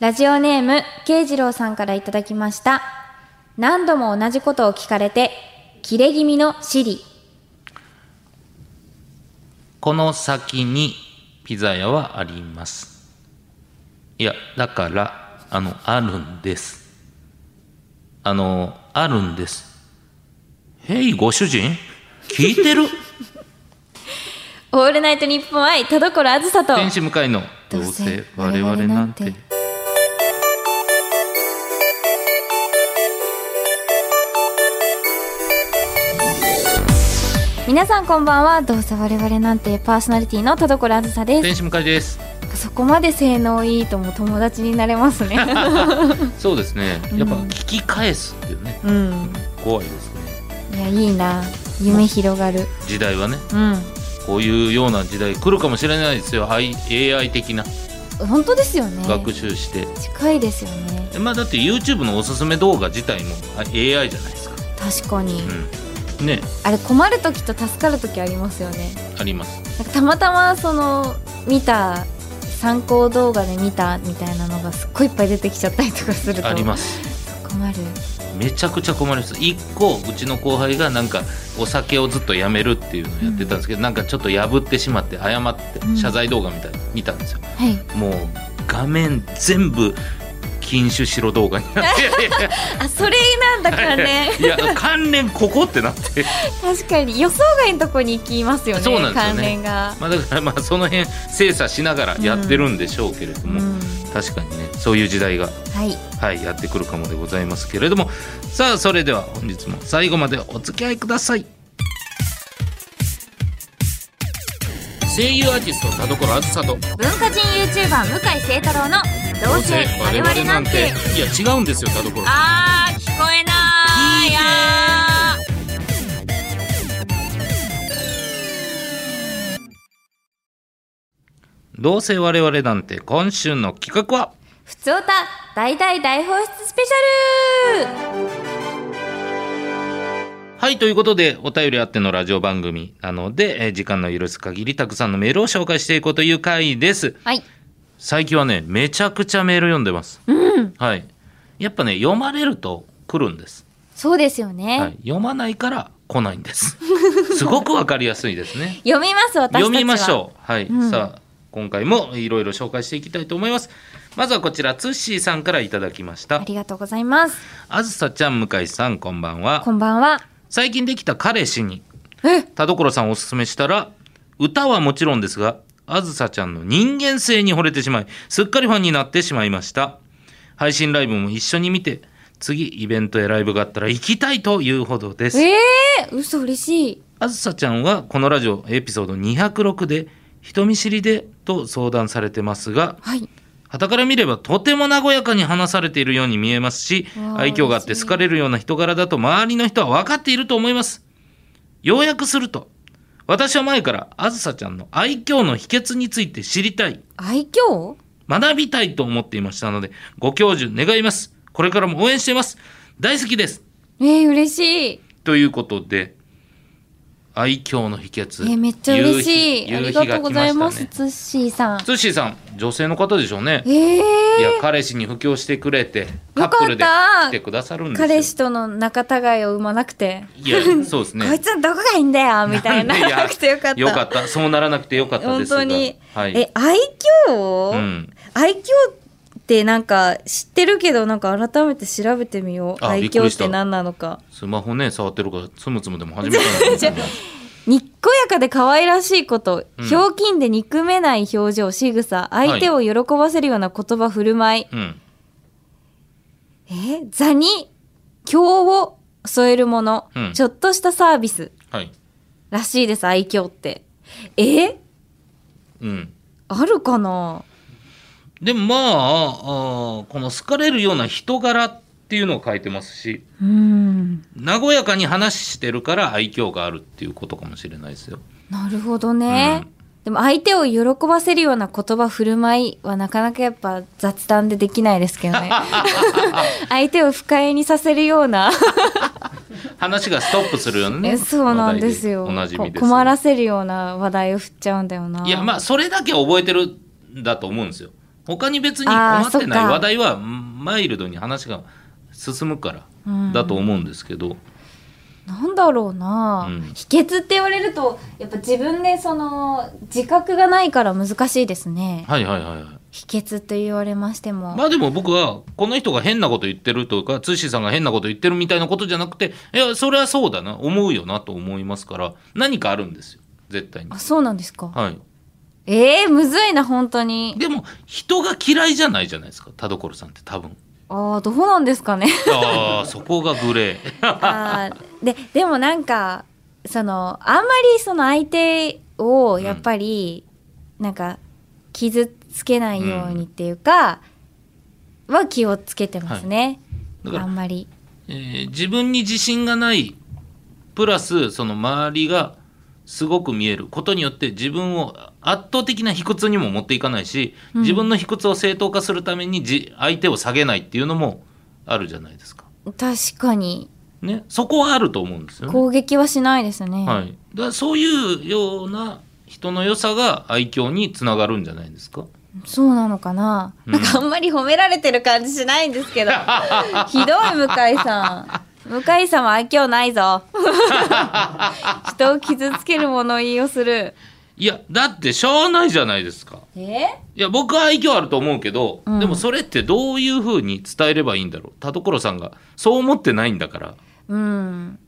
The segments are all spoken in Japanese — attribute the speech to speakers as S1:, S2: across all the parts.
S1: ラジオネーム、慶次郎さんからいただきました。何度も同じことを聞かれて、切れ気味のシリ。
S2: この先にピザ屋はありますいやだからあのあるんですあのあるんですへいご主人聞いて る
S1: オールナイトニッポン愛、田所あずさと。
S2: 天使向かいのどうせ我々なんて
S1: 皆さんこんばんは、どうせ我々なんてパーソナリティの田所あずさで
S2: 天使向かい です
S1: す。そこまで性能いいとも友達になれます ね。
S2: そうですねやっぱ聞き返すっていうね
S1: うん。
S2: 怖いです
S1: い
S2: ね
S1: や、いいな。夢広がる。
S2: 時代はね
S1: うん。
S2: こういうような時代来るかもしれないですよ I- AI 的な
S1: 本当ですよね。
S2: 学習して、
S1: 近いですよね。
S2: えまあだって YouTube のおすすめ動画自体もあ AI じゃないですか、
S1: 確かに。
S2: うん、ね
S1: あれ困る時と助かる時ありますよね。
S2: あります
S1: なんかたまたまその見た参考動画で見たみたいなのがすっごいいっぱい出てきちゃったりとかすると
S2: あります
S1: 困る
S2: めちゃくちゃ困ります1個うちの後輩がなんかお酒をずっとやめるっていうのをやってたんですけど、なんかちょっと破ってしまって謝って
S1: うん
S2: 謝罪動画みたいなの見たんですよ、
S1: はい
S2: もう画面全部禁酒しろ動画になって
S1: あそれなんだからね
S2: いや関連ここってなって
S1: 確かに予想外のとこに行きますよね
S2: そうなんですよね
S1: 関連が、
S2: まあだからまあその辺精査しながらやってるんでしょうけれど
S1: う
S2: も、
S1: ん、
S2: 確かにねそういう時代が
S1: はい
S2: はい、やってくるかもでございますけれどもさあそれでは本日も最後までお付き合いください声優アーティスト田所あずさと
S1: 文化人 YouTuber 向井聖太郎の「どうせ我々なんて
S2: いや違うんですよ田所」
S1: あー聞こえないや
S2: どうせ我々なんて今週の企画は
S1: ーふつおた大大大放出スペシャル
S2: はい、ということで、お便りあってのラジオ番組なので、えー時間の許す限りたくさんのメールを紹介していこうという回です。
S1: はい
S2: 最近はね、めちゃくちゃメール読んでます。はい。やっぱね、読まれると来るんです。
S1: そうですよね、
S2: はい、読まないから来ないんです。 すごくわかりやすいですね。
S1: 読みます私たちは
S2: 読みましょう。はい、
S1: うん
S2: さあ、今回もいろいろ紹介していきたいと思います。まずはこちら、ツッシーさんからいただきまし
S1: あ
S2: た。
S1: りがとうございます
S2: あずさちゃん、向井さん、こんばんは
S1: こ。んばんは
S2: 最近できた彼氏に
S1: え
S2: 田所さんをおすすめしたら、歌はもちろんですが、あずさちゃんの人間性に惚れてしまい、すっかりファンになってしまいました。配信ライブも一緒に見て、次イベントやライブがあったら行きたいというほどです。
S1: ええー、嘘嬉しい
S2: あずさちゃんはこのラジオエピソード206で人見知りでと相談されてますが
S1: はい
S2: 傍から見ればとても和やかに話されているように見えますし
S1: わあ
S2: 愛嬌があって好かれるような人柄だと周りの人は分かっていると思います要約すると私は前からあずさちゃんの愛嬌の秘訣について知りたい
S1: 愛嬌
S2: 学びたいと思っていましたのでご教授願いますこれからも応援しています大好きです
S1: ええー、嬉しい
S2: ということで愛嬌の秘
S1: え
S2: 訣
S1: ー、めっちゃ嬉しい
S2: 夕
S1: あ
S2: 日
S1: り
S2: 夕
S1: が
S2: 日が
S1: とう
S2: 来
S1: ご
S2: ま
S1: ざいま
S2: し
S1: す
S2: たね
S1: ツッシーさん
S2: ツッシーさん女性の方でしょうね
S1: ええ
S2: いや
S1: ー、
S2: 彼氏に布教してくれてカ
S1: よかった
S2: ップルで来てくださるんですよ
S1: 彼氏との仲違いを生まなくて、
S2: いやそうですね
S1: こいつのどこがいいんだ よみたいな
S2: なんでや
S1: なくてよかった
S2: よかったそうならなくてよかったで
S1: 本
S2: すが
S1: 当に、
S2: はい
S1: え愛嬌、
S2: うん
S1: 愛嬌ってなんか知ってるけどなんか改めて調べてみよう
S2: あ
S1: 愛
S2: びっく
S1: 嬌
S2: り
S1: っ
S2: した
S1: て何なのか
S2: スマホね触ってるからつむつむでも始めたん ですよね
S1: にっこやかで可愛らしいこと、
S2: うん
S1: ひょうきんで憎めない表情仕草相手を喜ばせるような言葉振る舞い、
S2: うん
S1: えー座に強を添えるもの、
S2: うん
S1: ちょっとしたサービス
S2: はい
S1: らしいです愛嬌ってえー
S2: うん
S1: あるかな
S2: でもまああーこの好かれるような人柄っていうのを書いてますし
S1: うん
S2: 和やかに話してるから愛嬌があるっていうことかもしれないですよ
S1: なるほどね、
S2: う
S1: でも相手を喜ばせるような言葉振る舞いはなかなかやっぱ雑談でできないですけ どね相手を不快にさせるような
S2: 話がストップするようなね
S1: えそうなんですよ
S2: 話題おなじみで
S1: こ
S2: す
S1: 困らせるような話題を振っちゃうんだよない
S2: いやまあそれだけ覚えてるんだと思うんですよ他に別に
S1: あー
S2: 困ってな
S1: そ
S2: い
S1: っか
S2: 話題はマイルドに話が進むから
S1: うん
S2: だと思うんですけど、
S1: なんだろうな、
S2: うん
S1: 秘訣って言われるとやっぱ自分でその自覚がないから難しいですね
S2: はいはいはいはい
S1: 秘訣と言われましても、
S2: まあでも僕はこの人が変なこと言ってるとかツーシーさんが変なこと言ってるみたいなことじゃなくていやそれはそうだな思うよなと思いますから何かあるんですよ絶対に
S1: あ、そうなんですか、
S2: はい、
S1: えー、むずいな本当に
S2: でも人が嫌いじゃないじゃないですか田所さんって多分
S1: あーどうなんですかね
S2: ああそこがグレー
S1: あーででもなんかそのあんまりその相手をやっぱり、なんか傷つけないようにっていうか、は気をつけてますね、
S2: だから
S1: あんまり
S2: えー自分に自信がないプラスその周りがすごく見えることによって自分を圧倒的な卑屈にも持っていかないし、
S1: うん
S2: 自分の卑屈を正当化するためにじ相手を下げないっていうのもあるじゃないですか。
S1: 確かに
S2: ね、そこはあると思うんですよね。
S1: 攻撃はしないですね、
S2: はい、だからそういうような人の良さが愛嬌につながるんじゃないですか。
S1: そうなのかな、
S2: うん
S1: なんかあんまり褒められてる感じしないんです けどひどい向井さん向井さんは愛嬌ない ぞ人を傷つける物言いをする
S2: いやだってしゃあないじゃないですか。
S1: え
S2: いや僕は愛嬌あると思うけど、
S1: うん
S2: でもそれってどういうふうに伝えればいいんだろう田所さんがそう思ってないんだから
S1: うん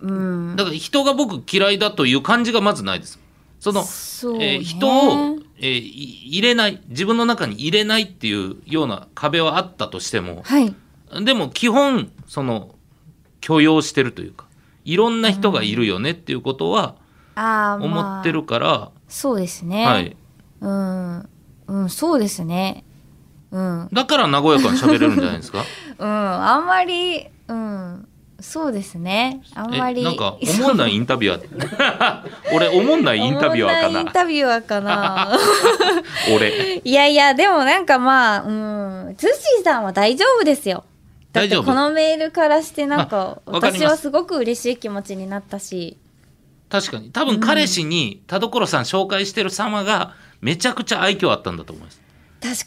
S1: うん
S2: だから人が僕嫌いだという感じがまずないですその
S1: そうね
S2: えー人を、えーい入れない自分の中に入れないっていうような壁はあったとしても
S1: はい
S2: でも基本その許容してるというかいろんな人がいるよねっていうことは
S1: あーまあ
S2: 思ってるから、
S1: そうですね、
S2: はい、
S1: うんうんそうですねうんうん
S2: だから和やかに喋れるんじゃないですか
S1: あんまりうんそうですねあんまり
S2: えなんかおもんないインタビュアー 俺おもんないインタビュアーか
S1: オンラインイン
S2: な
S1: タビュアーかな
S2: 俺
S1: いやいやでもなんかまあうんツッシーさんは大丈夫ですよだっ
S2: 大
S1: て
S2: 丈
S1: こ
S2: 夫
S1: のメールからしてなんか
S2: あわかります
S1: 私はすごく嬉しい気持ちになったし
S2: 確かに多分彼氏に田所さん紹介してる様がめちゃくちゃ愛嬌あったんだと思います、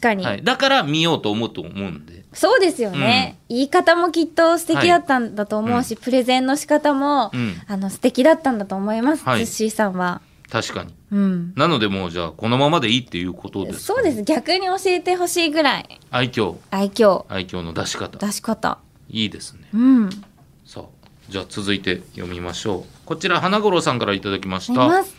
S1: 確かに、
S2: はい、だから見ようと思うと思うんで
S1: そうですよね、言い方もきっと素敵だったんだと思うし、プレゼンの仕方も、
S2: うん
S1: あの素敵だったんだと思います、
S2: はい
S1: ツッシーさんは
S2: 確かに
S1: うん
S2: なのでもうじゃあこのままでいいっていうことです
S1: そうです逆に教えてほしいぐらい
S2: 愛嬌
S1: 愛嬌
S2: 愛嬌の出し方
S1: 出し方
S2: いいですね
S1: うん
S2: さあじゃあ続いて読みましょうこちら花五郎さんからいただきまし
S1: 思いま
S2: た
S1: す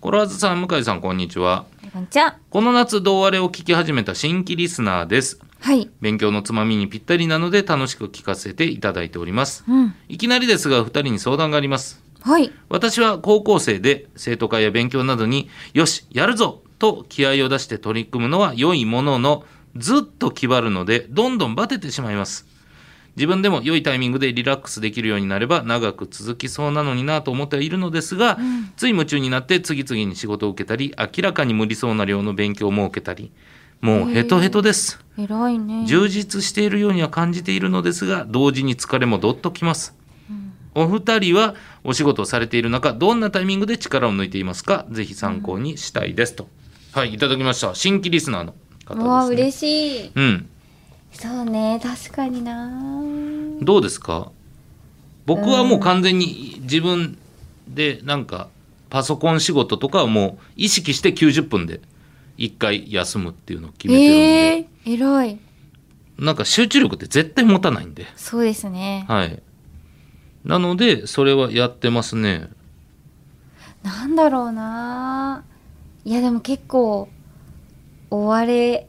S2: コロワズさん向井さんこんにちは
S1: こんにちは
S2: この夏、胴割れを聞き始めた新規リスナーです。
S1: はい
S2: 勉強のつまみにぴったりなので楽しく聞かせていただいております。
S1: うん
S2: いきなりですが、2人に相談があります。
S1: はい
S2: 私は高校生で生徒会や勉強などによし、やるぞと気合を出して取り組むのは良いものの、ずっと気張るので、どんどんバテてしまいます。自分でも良いタイミングでリラックスできるようになれば長く続きそうなのになと思ってはいるのですが、つい夢中になって次々に仕事を受けたり明らかに無理そうな量の勉強も受けたりもうヘトヘトです、
S1: 偉いね
S2: 充実しているようには感じているのですが同時に疲れもどっときます、お二人はお仕事をされている中どんなタイミングで力を抜いていますかぜひ参考にしたいですと、はいいただきました新規リスナーの方です、ね、
S1: うわ嬉しい
S2: うん
S1: そうね確かにな
S2: どうですか僕はもう完全に自分でなんかパソコン仕事とかはもう意識して90分で1回休むっていうのを決めてるんで、
S1: ええ偉い
S2: なんか集中力って絶対持たないんで
S1: そうですね
S2: はいなのでそれはやってますね
S1: なんだろうないやでも結構追われ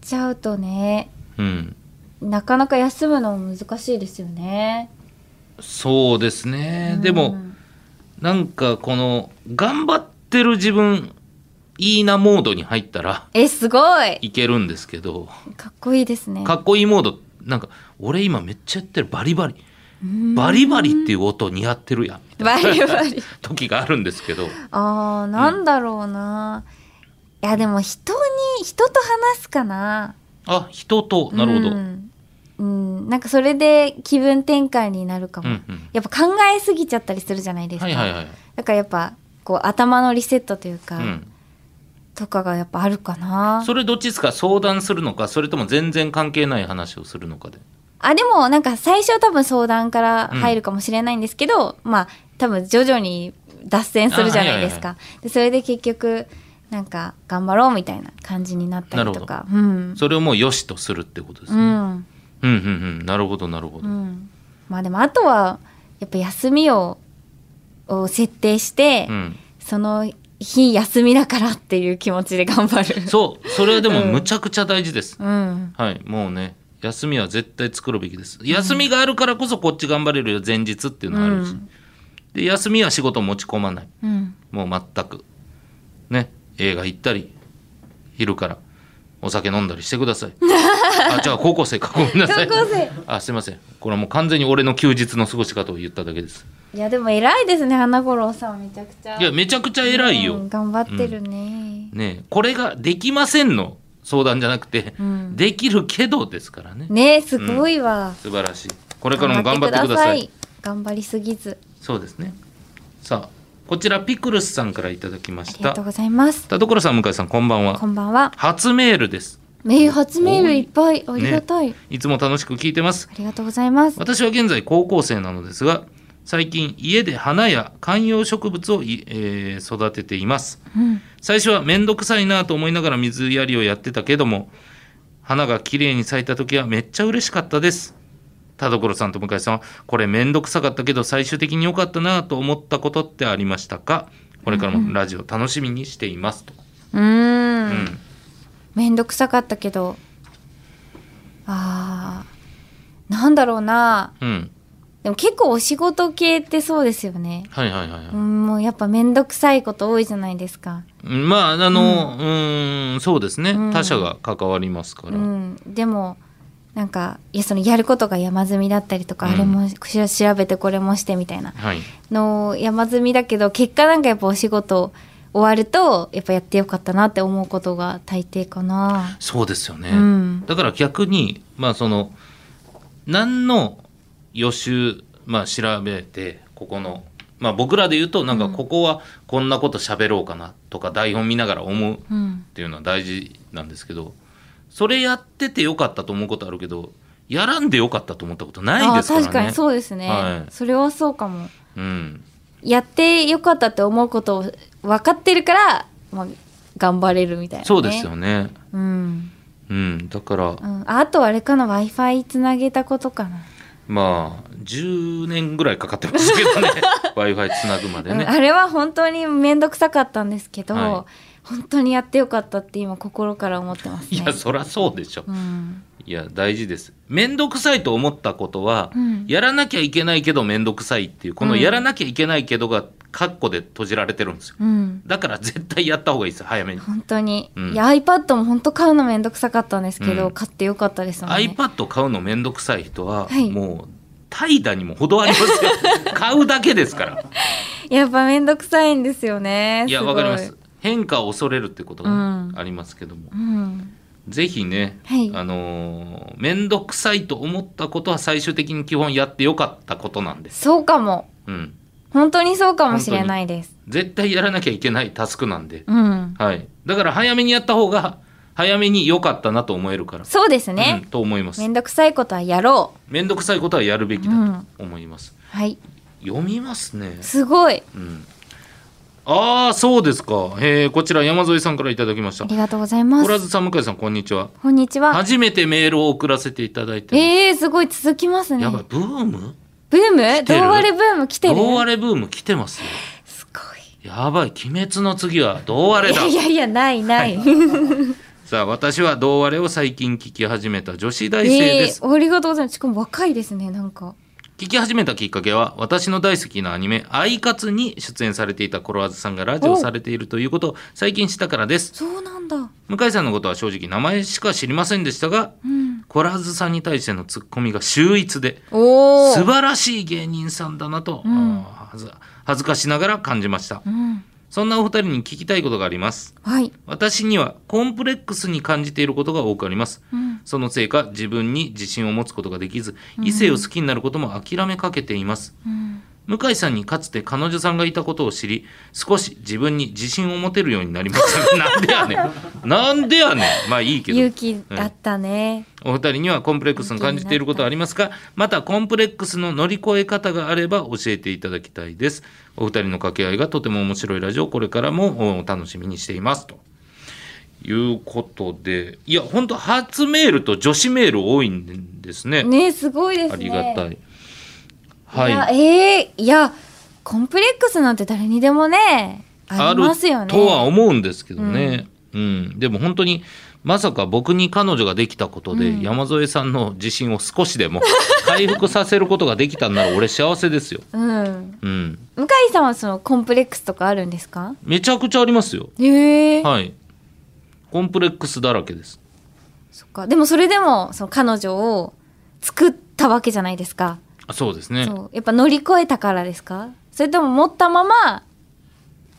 S1: ちゃうとね
S2: うん
S1: なかなか休むのも難しいですよね
S2: そうですねで
S1: う
S2: も
S1: ん
S2: なんかこの頑張ってる自分いいなモードに入ったら
S1: えすごい
S2: いけるんですけど
S1: かっこいいですね
S2: かっこいいモードなんか俺今めっちゃやってるバリバリ
S1: うん
S2: バリバリっていう音似合ってるやんみたいな
S1: バリバリ
S2: 時があるんですけど
S1: あーなんだろうな、いやでも人に人と話すかな
S2: あ人となるほど、う
S1: うんん、うんなんかそれで気分転換になるか
S2: う
S1: も、
S2: ん、
S1: やっぱ考えすぎちゃったりするじゃないですか、
S2: はいはいはい、
S1: だからやっぱこう頭のリセットというか、
S2: うん、
S1: とかがやっぱあるかな
S2: それどっちですか相談するのかそれとも全然関係ない話をするのかで
S1: あでもなんか最初は多分相談から入るかもしれないんですけど、まあ多分徐々に脱線するじゃないですか、
S2: あは
S1: でそれで結局なんか頑張ろうみたいな感じになったりとかうん
S2: それをもう良しとするってことです
S1: う
S2: ね、
S1: ん
S2: うん、うんうんなるほどなるほど、
S1: うんまあでもあとはやっぱ休みをを設定して、
S2: うん
S1: その日休みだからっていう気持ちで頑張る
S2: そうそれはでも
S1: うん
S2: むちゃくちゃ大事です、
S1: うん
S2: はいもうね休みは絶対作るべきです休みがあるからこそこっち頑張れるよ前日っていうのがあるし、
S1: うん
S2: で休みは仕事持ち込まない
S1: うん
S2: もう全くね映画行ったり昼からお酒飲んだりしてくだ さいあじゃあ高校生かごめんなさい
S1: 高校生
S2: あすいませんこれはもう完全に俺の休日の過ごし方を言っただけです
S1: いやでも偉いですね花五郎さんめちゃくちゃ
S2: いやめちゃくちゃ偉いよ、
S1: うん頑張ってるね、
S2: ねえこれができませんの相談じゃなくて、
S1: うん
S2: できるけどですからね
S1: ねすごいわ、
S2: 素晴らしいこれからも頑張ってください
S1: 頑張りすぎず
S2: そうですねさあこちらピクルスさんからいただきま
S1: あ
S2: し
S1: りが
S2: た
S1: とうございます
S2: 田所さん向井さんこんばんは
S1: こんばんは
S2: 初メールです
S1: メール初メールいっぱいありがたい、
S2: いつも楽しく聞いてます
S1: ありがとうございます
S2: 私は現在高校生なのですが最近家で花や観葉植物をい、えー育てています
S1: うん
S2: 最初は面倒くさいなと思いながら水やりをやってたけども花が綺麗に咲いた時はめっちゃ嬉しかったです田所さんと向井さんはこれ面倒くさかったけど最終的に良かったなと思ったことってありましたかこれからもラジオ楽しみにしていますと、
S1: うーん
S2: うん
S1: めんどくさかったけどあーなんだろうな
S2: うん、
S1: でも結構お仕事系ってそうですよね、
S2: はいはいはいはい、
S1: うん、もうやっぱめんどくさいこと多いじゃないですか、
S2: まああのうーんそうですね、
S1: うん
S2: 他者が関わりますから、
S1: うん、でもなんかいやそのやることが山積みだったりとか、
S2: うん
S1: あれもし調べてこれもしてみたいな
S2: はい
S1: の山積みだけど結果なんかやっぱお仕事終わるとやっぱやってよかったなって思うことが大抵かな。
S2: そうですよね、
S1: うん
S2: だから逆にまあその何の予習まあ調べてここのまあ僕らで言うとなんかここはこんなこと喋ろうかなとか台本見ながら思うっ
S1: うん、
S2: ていうのは大事なんですけどそれやっててよかったと思うことあるけどやらんでよかったと思ったことない
S1: あ
S2: ですからね
S1: 確かにそうですね、
S2: はい
S1: それはそうかも
S2: うん、
S1: やってよかったって思うことを分かってるから、まあ、頑張れるみたいな、ね、
S2: そうですよね
S1: うん、
S2: うんだから
S1: うん、ああとあれかな w i f i つなげたことかな、
S2: まあ10年ぐらいかかってます けどね w i f i つなぐまで
S1: うん
S2: ね、
S1: あれは本当に面倒くさかったんですけど、
S2: は
S1: 本当にやってよかったって今心から思ってますね
S2: いやそりゃそうでしょ
S1: うん、
S2: いや大事です面倒くさいと思ったことは、
S1: うん
S2: やらなきゃいけないけど面倒くさいっていうこの
S1: うん
S2: やらなきゃいけないけどがカッコで閉じられてるんですよ
S1: うん、
S2: だから絶対やった方がいいです早めに、
S1: 本当に、
S2: うん
S1: いや iPad も本当買うのめんどくさかったんですけど、
S2: うん
S1: 買ってよかったですもんね
S2: iPad 買うの面倒くさい人は、
S1: はい
S2: もう怠惰にも程ありますよ 買うだけですから
S1: やっぱめんどくさいんですよね
S2: いや
S1: すご
S2: わかります変化を恐れるってことがね、
S1: うん
S2: ありますけども
S1: うん、
S2: ぜひね、
S1: はい
S2: あのー面倒くさいと思ったことは最終的に基本やってよかったことなんです、
S1: そうかも
S2: うん、
S1: 本当にそうかもしれないです
S2: 絶対やらなきゃいけないタスクなんで、
S1: うん
S2: はい、だから早めにやった方が早めに良かったなと思えるから、
S1: そうです
S2: う
S1: ね
S2: ん、と思います
S1: めんどくさいことはやろ
S2: 面倒くさいことはやるべきだと思います
S1: う、はい
S2: 読みますね、
S1: すごい
S2: うん、ああそうですかへーこちら山添さんからいただきまし
S1: あ
S2: た
S1: りがとうございま
S2: コラ
S1: す
S2: ズさん向井さんこんにちは
S1: こんにちは
S2: 初めてメールを送らせていただいてます、
S1: えー、すごい続きますね
S2: やばいブーム
S1: ブーム
S2: てる
S1: どうあれブーム来てる
S2: どうあれブーム来てますよ
S1: すごい
S2: やばい鬼滅の次はどうあれ
S1: い
S2: だ
S1: やいやいやないない、
S2: さあ私はどうあれを最近聞き始めた女子大生
S1: え
S2: です、
S1: ー、ありがとうございますしかも若いですねなんか
S2: 聞き始めたきっかけは私の大好きなアニメ「アイカツ」に出演されていたコロワーズさんがラジオをされているということを最近知ったからです
S1: そうなんだ
S2: 向井さんのことは正直名前しか知りませんでしたが
S1: うん
S2: コロワーズさんに対してのツッコミが秀逸で
S1: おお
S2: 素晴らしい芸人さんだなと、
S1: うん
S2: あーはず恥ずかしながら感じました
S1: うん
S2: そんなお二人に聞きたいことがあります
S1: はい、
S2: 私にはコンプレックスに感じていることが多くあります
S1: うん、
S2: そのせいか自分に自信を持つことができず異性を好きになることも諦めかけています、
S1: うん
S2: 向井さんにかつて彼女さんがいたことを知り少し自分に自信を持てるようになりました なんでやねんなんでやねんまあいいけど
S1: 勇気あったね、
S2: お二人にはコンプレックスに感じていることはありますかまたコンプレックスの乗り越え方があれば教えていただきたいですお二人の掛け合いがとても面白いラジオこれからもお楽しみにしていますということでいや本当初メールと女子メール多いんですね
S1: ねすごいですね
S2: ありがたい
S1: いや
S2: はい
S1: えーいやコンプレックスなんて誰にでもねありますよね
S2: あるとは思うんですけどね、うんでも本当にまさか僕に彼女ができたことで、山添さんの自信を少しでも 回復させることができたんなら俺幸せですよ、
S1: うん
S2: うん、
S1: 向井さんはそのコンプレックスとかあるんですか
S2: めちゃくちゃありますよ
S1: ええ
S2: はいコンプレックスだらけです
S1: そっかでもそれでもその彼女を作ったわけじゃないですか、
S2: あそうですね
S1: そうやっぱ乗り越えたからですかそれとも持ったまま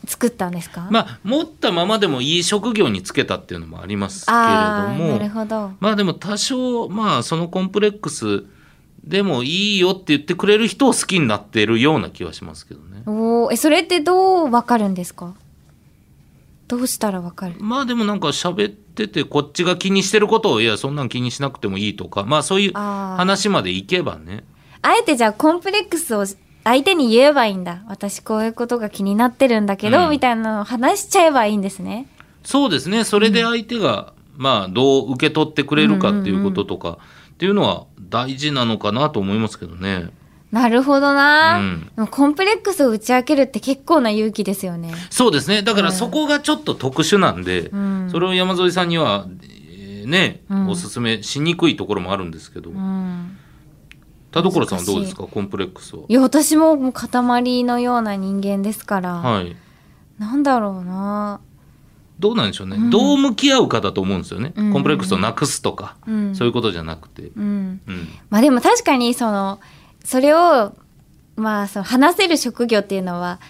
S1: 作ったんですか、
S2: まあ持ったままでもいい職業に就けたっていうのもありますけれど
S1: あー
S2: も
S1: なるほど
S2: まあでも多少まあそのコンプレックスでもいいよって言ってくれる人を好きになってるような気はしますけどね。
S1: おーえそれってどうわかるんですかどうしたらわかる
S2: まあでもなんか喋っててこっちが気にしてることをいやそんなん気にしなくてもいいとかまあそういう
S1: あー
S2: 話までいけばね
S1: あえてじゃあコンプレックスを相手に言えばいいんだ私こういうことが気になってるんだけど、
S2: うん
S1: みたいなのを話しちゃえばいいんですね
S2: そうですねそれで相手が、まあどう受け取ってくれるかっていうこととか、っていうのは大事なのかなと思いますけどね
S1: なるほどな、
S2: うん
S1: でもコンプレックスを打ち明けるって結構な勇気ですよね
S2: そうですねだから
S1: うん
S2: そこがちょっと特殊なんで、
S1: ん
S2: それを山添さんには、えーね、
S1: うん
S2: おすすめしにくいところもあるんですけど、
S1: うん
S2: 田所さんはどうですかコンプレックスはい
S1: や私ももう塊のような人間ですから、
S2: はい
S1: なんだろうな
S2: どうなんでしょうね、
S1: うん
S2: どう向き合うかだと思うんですよね、
S1: うん
S2: コンプレックスをなくすとか、
S1: うん
S2: そういうことじゃなくて、
S1: うん
S2: うん、
S1: まあでも確かにそのそれをまあその話せる職業っていうのは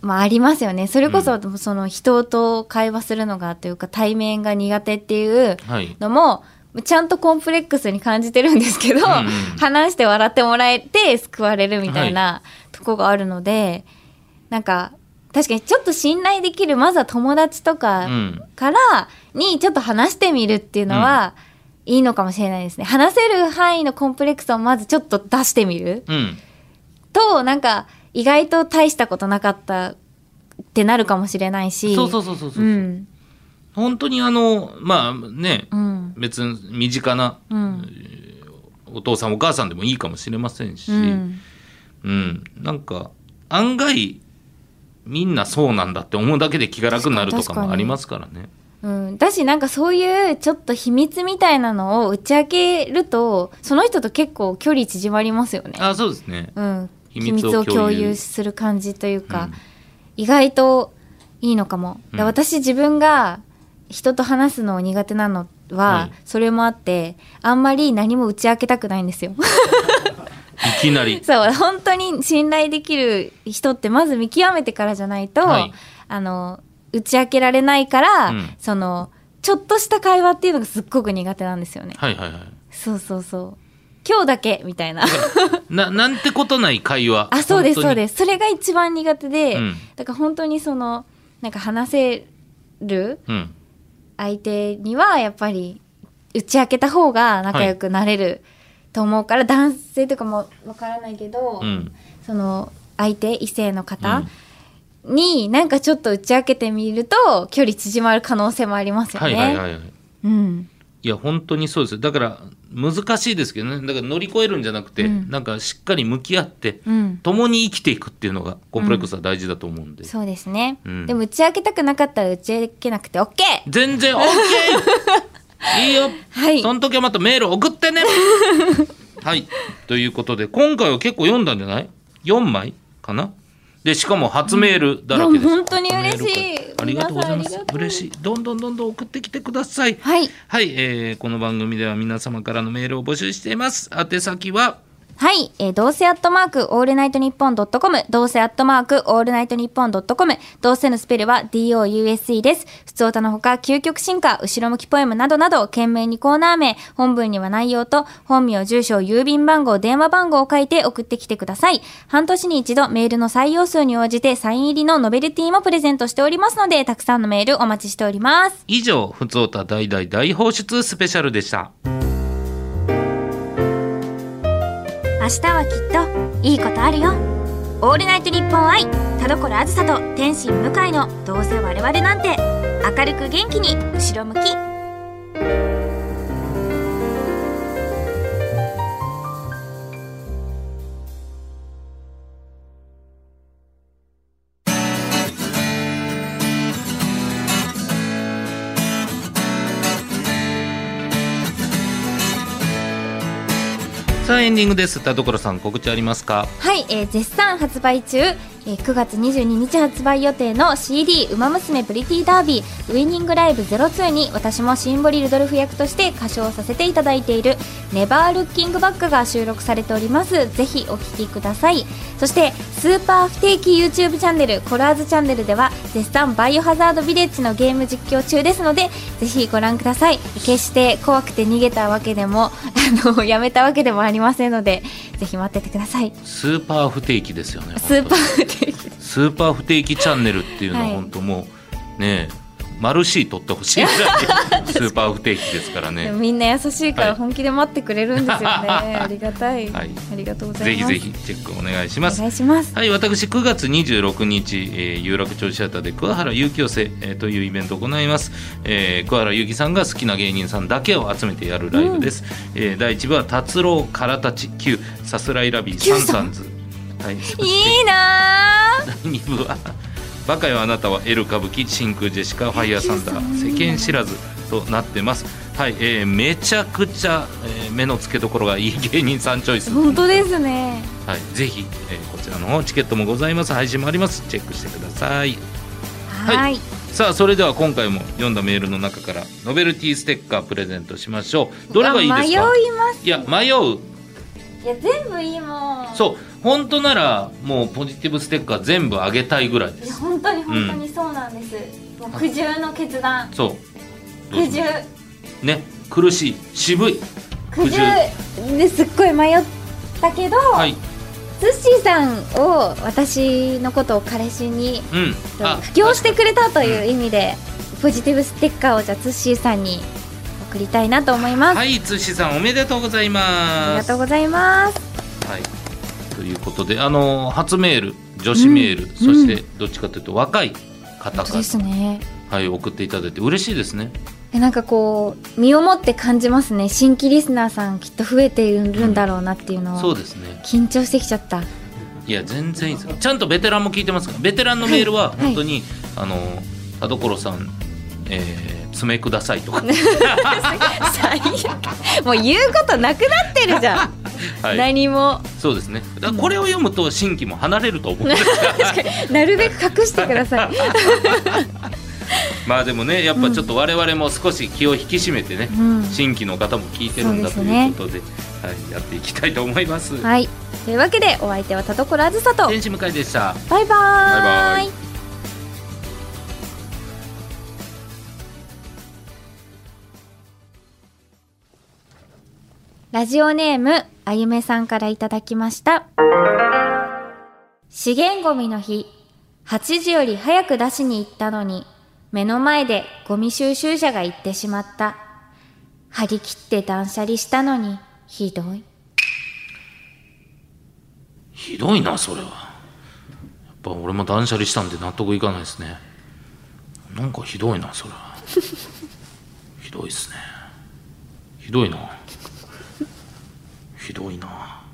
S1: まあありますよねそれこそその人と会話するのがというか対面が苦手っていう
S2: はい
S1: のもちゃんとコンプレックスに感じてるんですけど、
S2: んうん
S1: 話して笑ってもらえて救われるみたいなとこがあるので、なんか確かにちょっと信頼できるまずは友達とか
S2: うん
S1: からにちょっと話してみるっていうのは、いいのかもしれないですね話せる範囲のコンプレックスをまずちょっと出してみる
S2: うん
S1: となんか意外と大したことなかったってなるかもしれないし
S2: そうそうそうそうそう、
S1: うん
S2: 本当にあのまあね
S1: うん
S2: 別に身近な
S1: うん
S2: お父さんお母さんでもいいかもしれませんし、
S1: う
S2: うん
S1: ん
S2: なんか案外みんなそうなんだって思うだけで気が楽になるとか
S1: 確かに確か
S2: も
S1: に
S2: ありますからね。
S1: うん、だしなんかそういうちょっと秘密みたいなのを打ち明けるとその人と結構距離縮まりますよね。
S2: あそうですね。
S1: うん、
S2: 秘
S1: 秘
S2: 密
S1: 密
S2: を
S1: を
S2: 共有
S1: 共有する感じというか、
S2: うん
S1: 意外といいのかも、だ
S2: うん
S1: 私自分が人と話すの苦手なの
S2: は
S1: はいそれもあってあんまり何も打ち明けたくないんですよ
S2: いきなり。
S1: そう本当に信頼できる人ってまず見極めてからじゃないと、
S2: はい
S1: あの打ち明けられないから、
S2: うん
S1: そのちょっとした会話っていうのがすっごく苦手なんですよね
S2: はいはいはい。
S1: そうそうそう今日だけみたいな
S2: ななんてことない会話。。
S1: あそうですそうですすそれが一番苦手で、
S2: うん
S1: だから本当にそのなんか話せる
S2: うん。
S1: 相手にはやっぱり打ち明けた方が仲良くなれると思うから、男性とかもわからないけど、
S2: うん。
S1: その相手異性の
S2: う
S1: 方
S2: ん
S1: になんかちょっと打ち明けてみると距離縮まる可能性もありますよ
S2: は
S1: ね。
S2: いはいはいはい。
S1: うん
S2: いや本当にそうですよだから難しいですけどねだから乗り越えるんじゃなくて、
S1: うん
S2: なんかしっかり向き合って
S1: うん
S2: 共に生きていくっていうのがコンプレックスは大事だと思うんで、
S1: そうですね、
S2: うん
S1: でも打ち明けたくなかったら打ち明けなくて OK!
S2: 全然 OK! いいよ、
S1: はい
S2: その時はまたメール送 ってねはいということで今回は結構読んだんじゃない4枚かなでしかも初メールだらけです、
S1: いや本当に嬉しい
S2: メールありがとうございま
S1: 皆
S2: す
S1: さんありがとう
S2: 嬉しいどんどんどんどん送ってきてください
S1: はい
S2: はい、えーこの番組では皆様からのメールを募集しています。宛先は、
S1: はい、えーどうせアットマークオールナイトニッポンドットコム、どうせアットマークオールナイトニッポンドットコム、どうせのスペルは DOUSE です。普通歌のほか、究極進化、後ろ向きポエムなどなど、懸命にコーナー名、本文には内容と、本名、住所、郵便番号、電話番号を書いて送ってきてください。半年に一度、メールの採用数に応じて、サイン入りのノベルティもプレゼントしておりますので、たくさんのメールお待ちしております。
S2: 以上、ふつおた大大大放出スペシャルでした。
S1: 明日はきっといいことあるよオールナイト日本愛田所あずさと天心向井のどうせ我々なんて明るく元気に後ろ向き
S2: さあ、エンディングです。田所さん、告知ありますか
S1: はい、えー絶賛発売中、えー9月22日発売予定の CD「ウマ娘プリティダービーウイニングライブ02」に私もシンボリルドルフ役として歌唱させていただいている「ネバールッキングバック」が収録されておりますぜひお聴きくださいそしてスーパー不定期 YouTube チャンネルコラーズチャンネルでは絶賛バイオハザードビレッジのゲーム実況中ですのでぜひご覧ください決して怖くて逃げたわけでもあのやめたわけでもありませんのでぜひ待っててください
S2: スーパー不定期ですよね。
S1: スー
S2: 本
S1: パ
S2: 当に
S1: ー的
S2: スーパー不定期チャンネルっていうのは
S1: はい
S2: 本当もう、ねえ、マルシー取ってほしいぐら いスーパー不定期ですから
S1: で
S2: ね
S1: も。みんな優しいか
S2: は
S1: ら
S2: い
S1: 本気で待ってくれるんですよね、
S2: はい
S1: ありがたい、
S2: はい
S1: ありがとうござ
S2: ぜ
S1: い
S2: ひ
S1: ます
S2: ぜひチェックお願いしま
S1: お
S2: す。
S1: 願いします
S2: はい、私9月26日、えー有楽町シアターで桑原ゆき寄せ、えーというイベントを行います、えー桑原ゆきさんが好きな芸人さんだけを集めてやるライブです、えー第一部は達郎からたち Q さすらいラビーサン
S1: Q
S2: サ
S1: さ
S2: ンズはい、そして
S1: いいなー
S2: 第2部は「バカよあなたはエル歌舞伎真空ジェシカファイヤーサンダー世間知らず」となってますはい、えーめちゃくちゃ、えー目の付けどころがいい芸人さんチョイス
S1: 本当ですね
S2: はい、ぜひ、えーこちらの方チケットもございます配信もありますチェックしてください
S1: はい
S2: はいさあそれでは今回も読んだメールの中からノベルティステッカープレゼントしましょうどれがいいですか
S1: 迷います
S2: いや迷う
S1: いや全部いいもんう
S2: そう本当ならもうポジティブステッカー全部あげたいぐらいで
S1: いや
S2: す
S1: 本当に本当にそうなんです、もう苦渋の決断
S2: そうどう
S1: 苦
S2: ぞ
S1: 渋
S2: ね苦しい渋い
S1: 苦渋ですっごい迷ったけど、
S2: はい
S1: ツッシーさんを私のことを彼氏に
S2: うんあ
S1: 布教してくれたという意味でポジティブステッカーをじゃあツッシーさんに送りたいなと思います、
S2: はいつしさんおめでとうござい
S1: あり
S2: ま
S1: が
S2: す
S1: とうございます
S2: はい、ということであの初メール女子メール、そしてどっちかというと若い方
S1: 本当
S2: か
S1: ですね
S2: ら、はい、送っていただいて嬉しいですね
S1: えなんかこう身をもって感じますね新規リスナーさんきっと増えているんだろうなっていうのは、
S2: そうですね
S1: 緊張してきちゃった
S2: いや全然いいですよちゃんとベテランも聞いてますからベテランのメールは
S1: はい
S2: 本当に、あの田所さん、えー、爪くださいと か、
S1: 最悪もう言うことなくなってるじゃん、
S2: はい、
S1: 何も
S2: そうですねだからこれを読むと新規も離れると思う んですが
S1: なるべく隠してください
S2: まあでもねやっぱちょっと我々も少し気を引き締めてね、
S1: うん
S2: 新規の方も聞いてるんだと
S1: そうですね
S2: いうことではい、やっていきたいと思います。
S1: はいというわけでお相手は田所あずさと
S2: 天使向かいでした。
S1: バイバ
S2: バイバ
S1: ー
S2: イ
S1: イラジオネームあゆめさんからいただきました資源ゴミの日8時より早く出しに行ったのに目の前でゴミ収集車が行ってしまった張り切って断捨離したのにひどい
S2: ひどいなそれはやっぱ俺も断捨離したんで納得いかないですねなんかひどいなそれはひどいっすねひどいなひどいな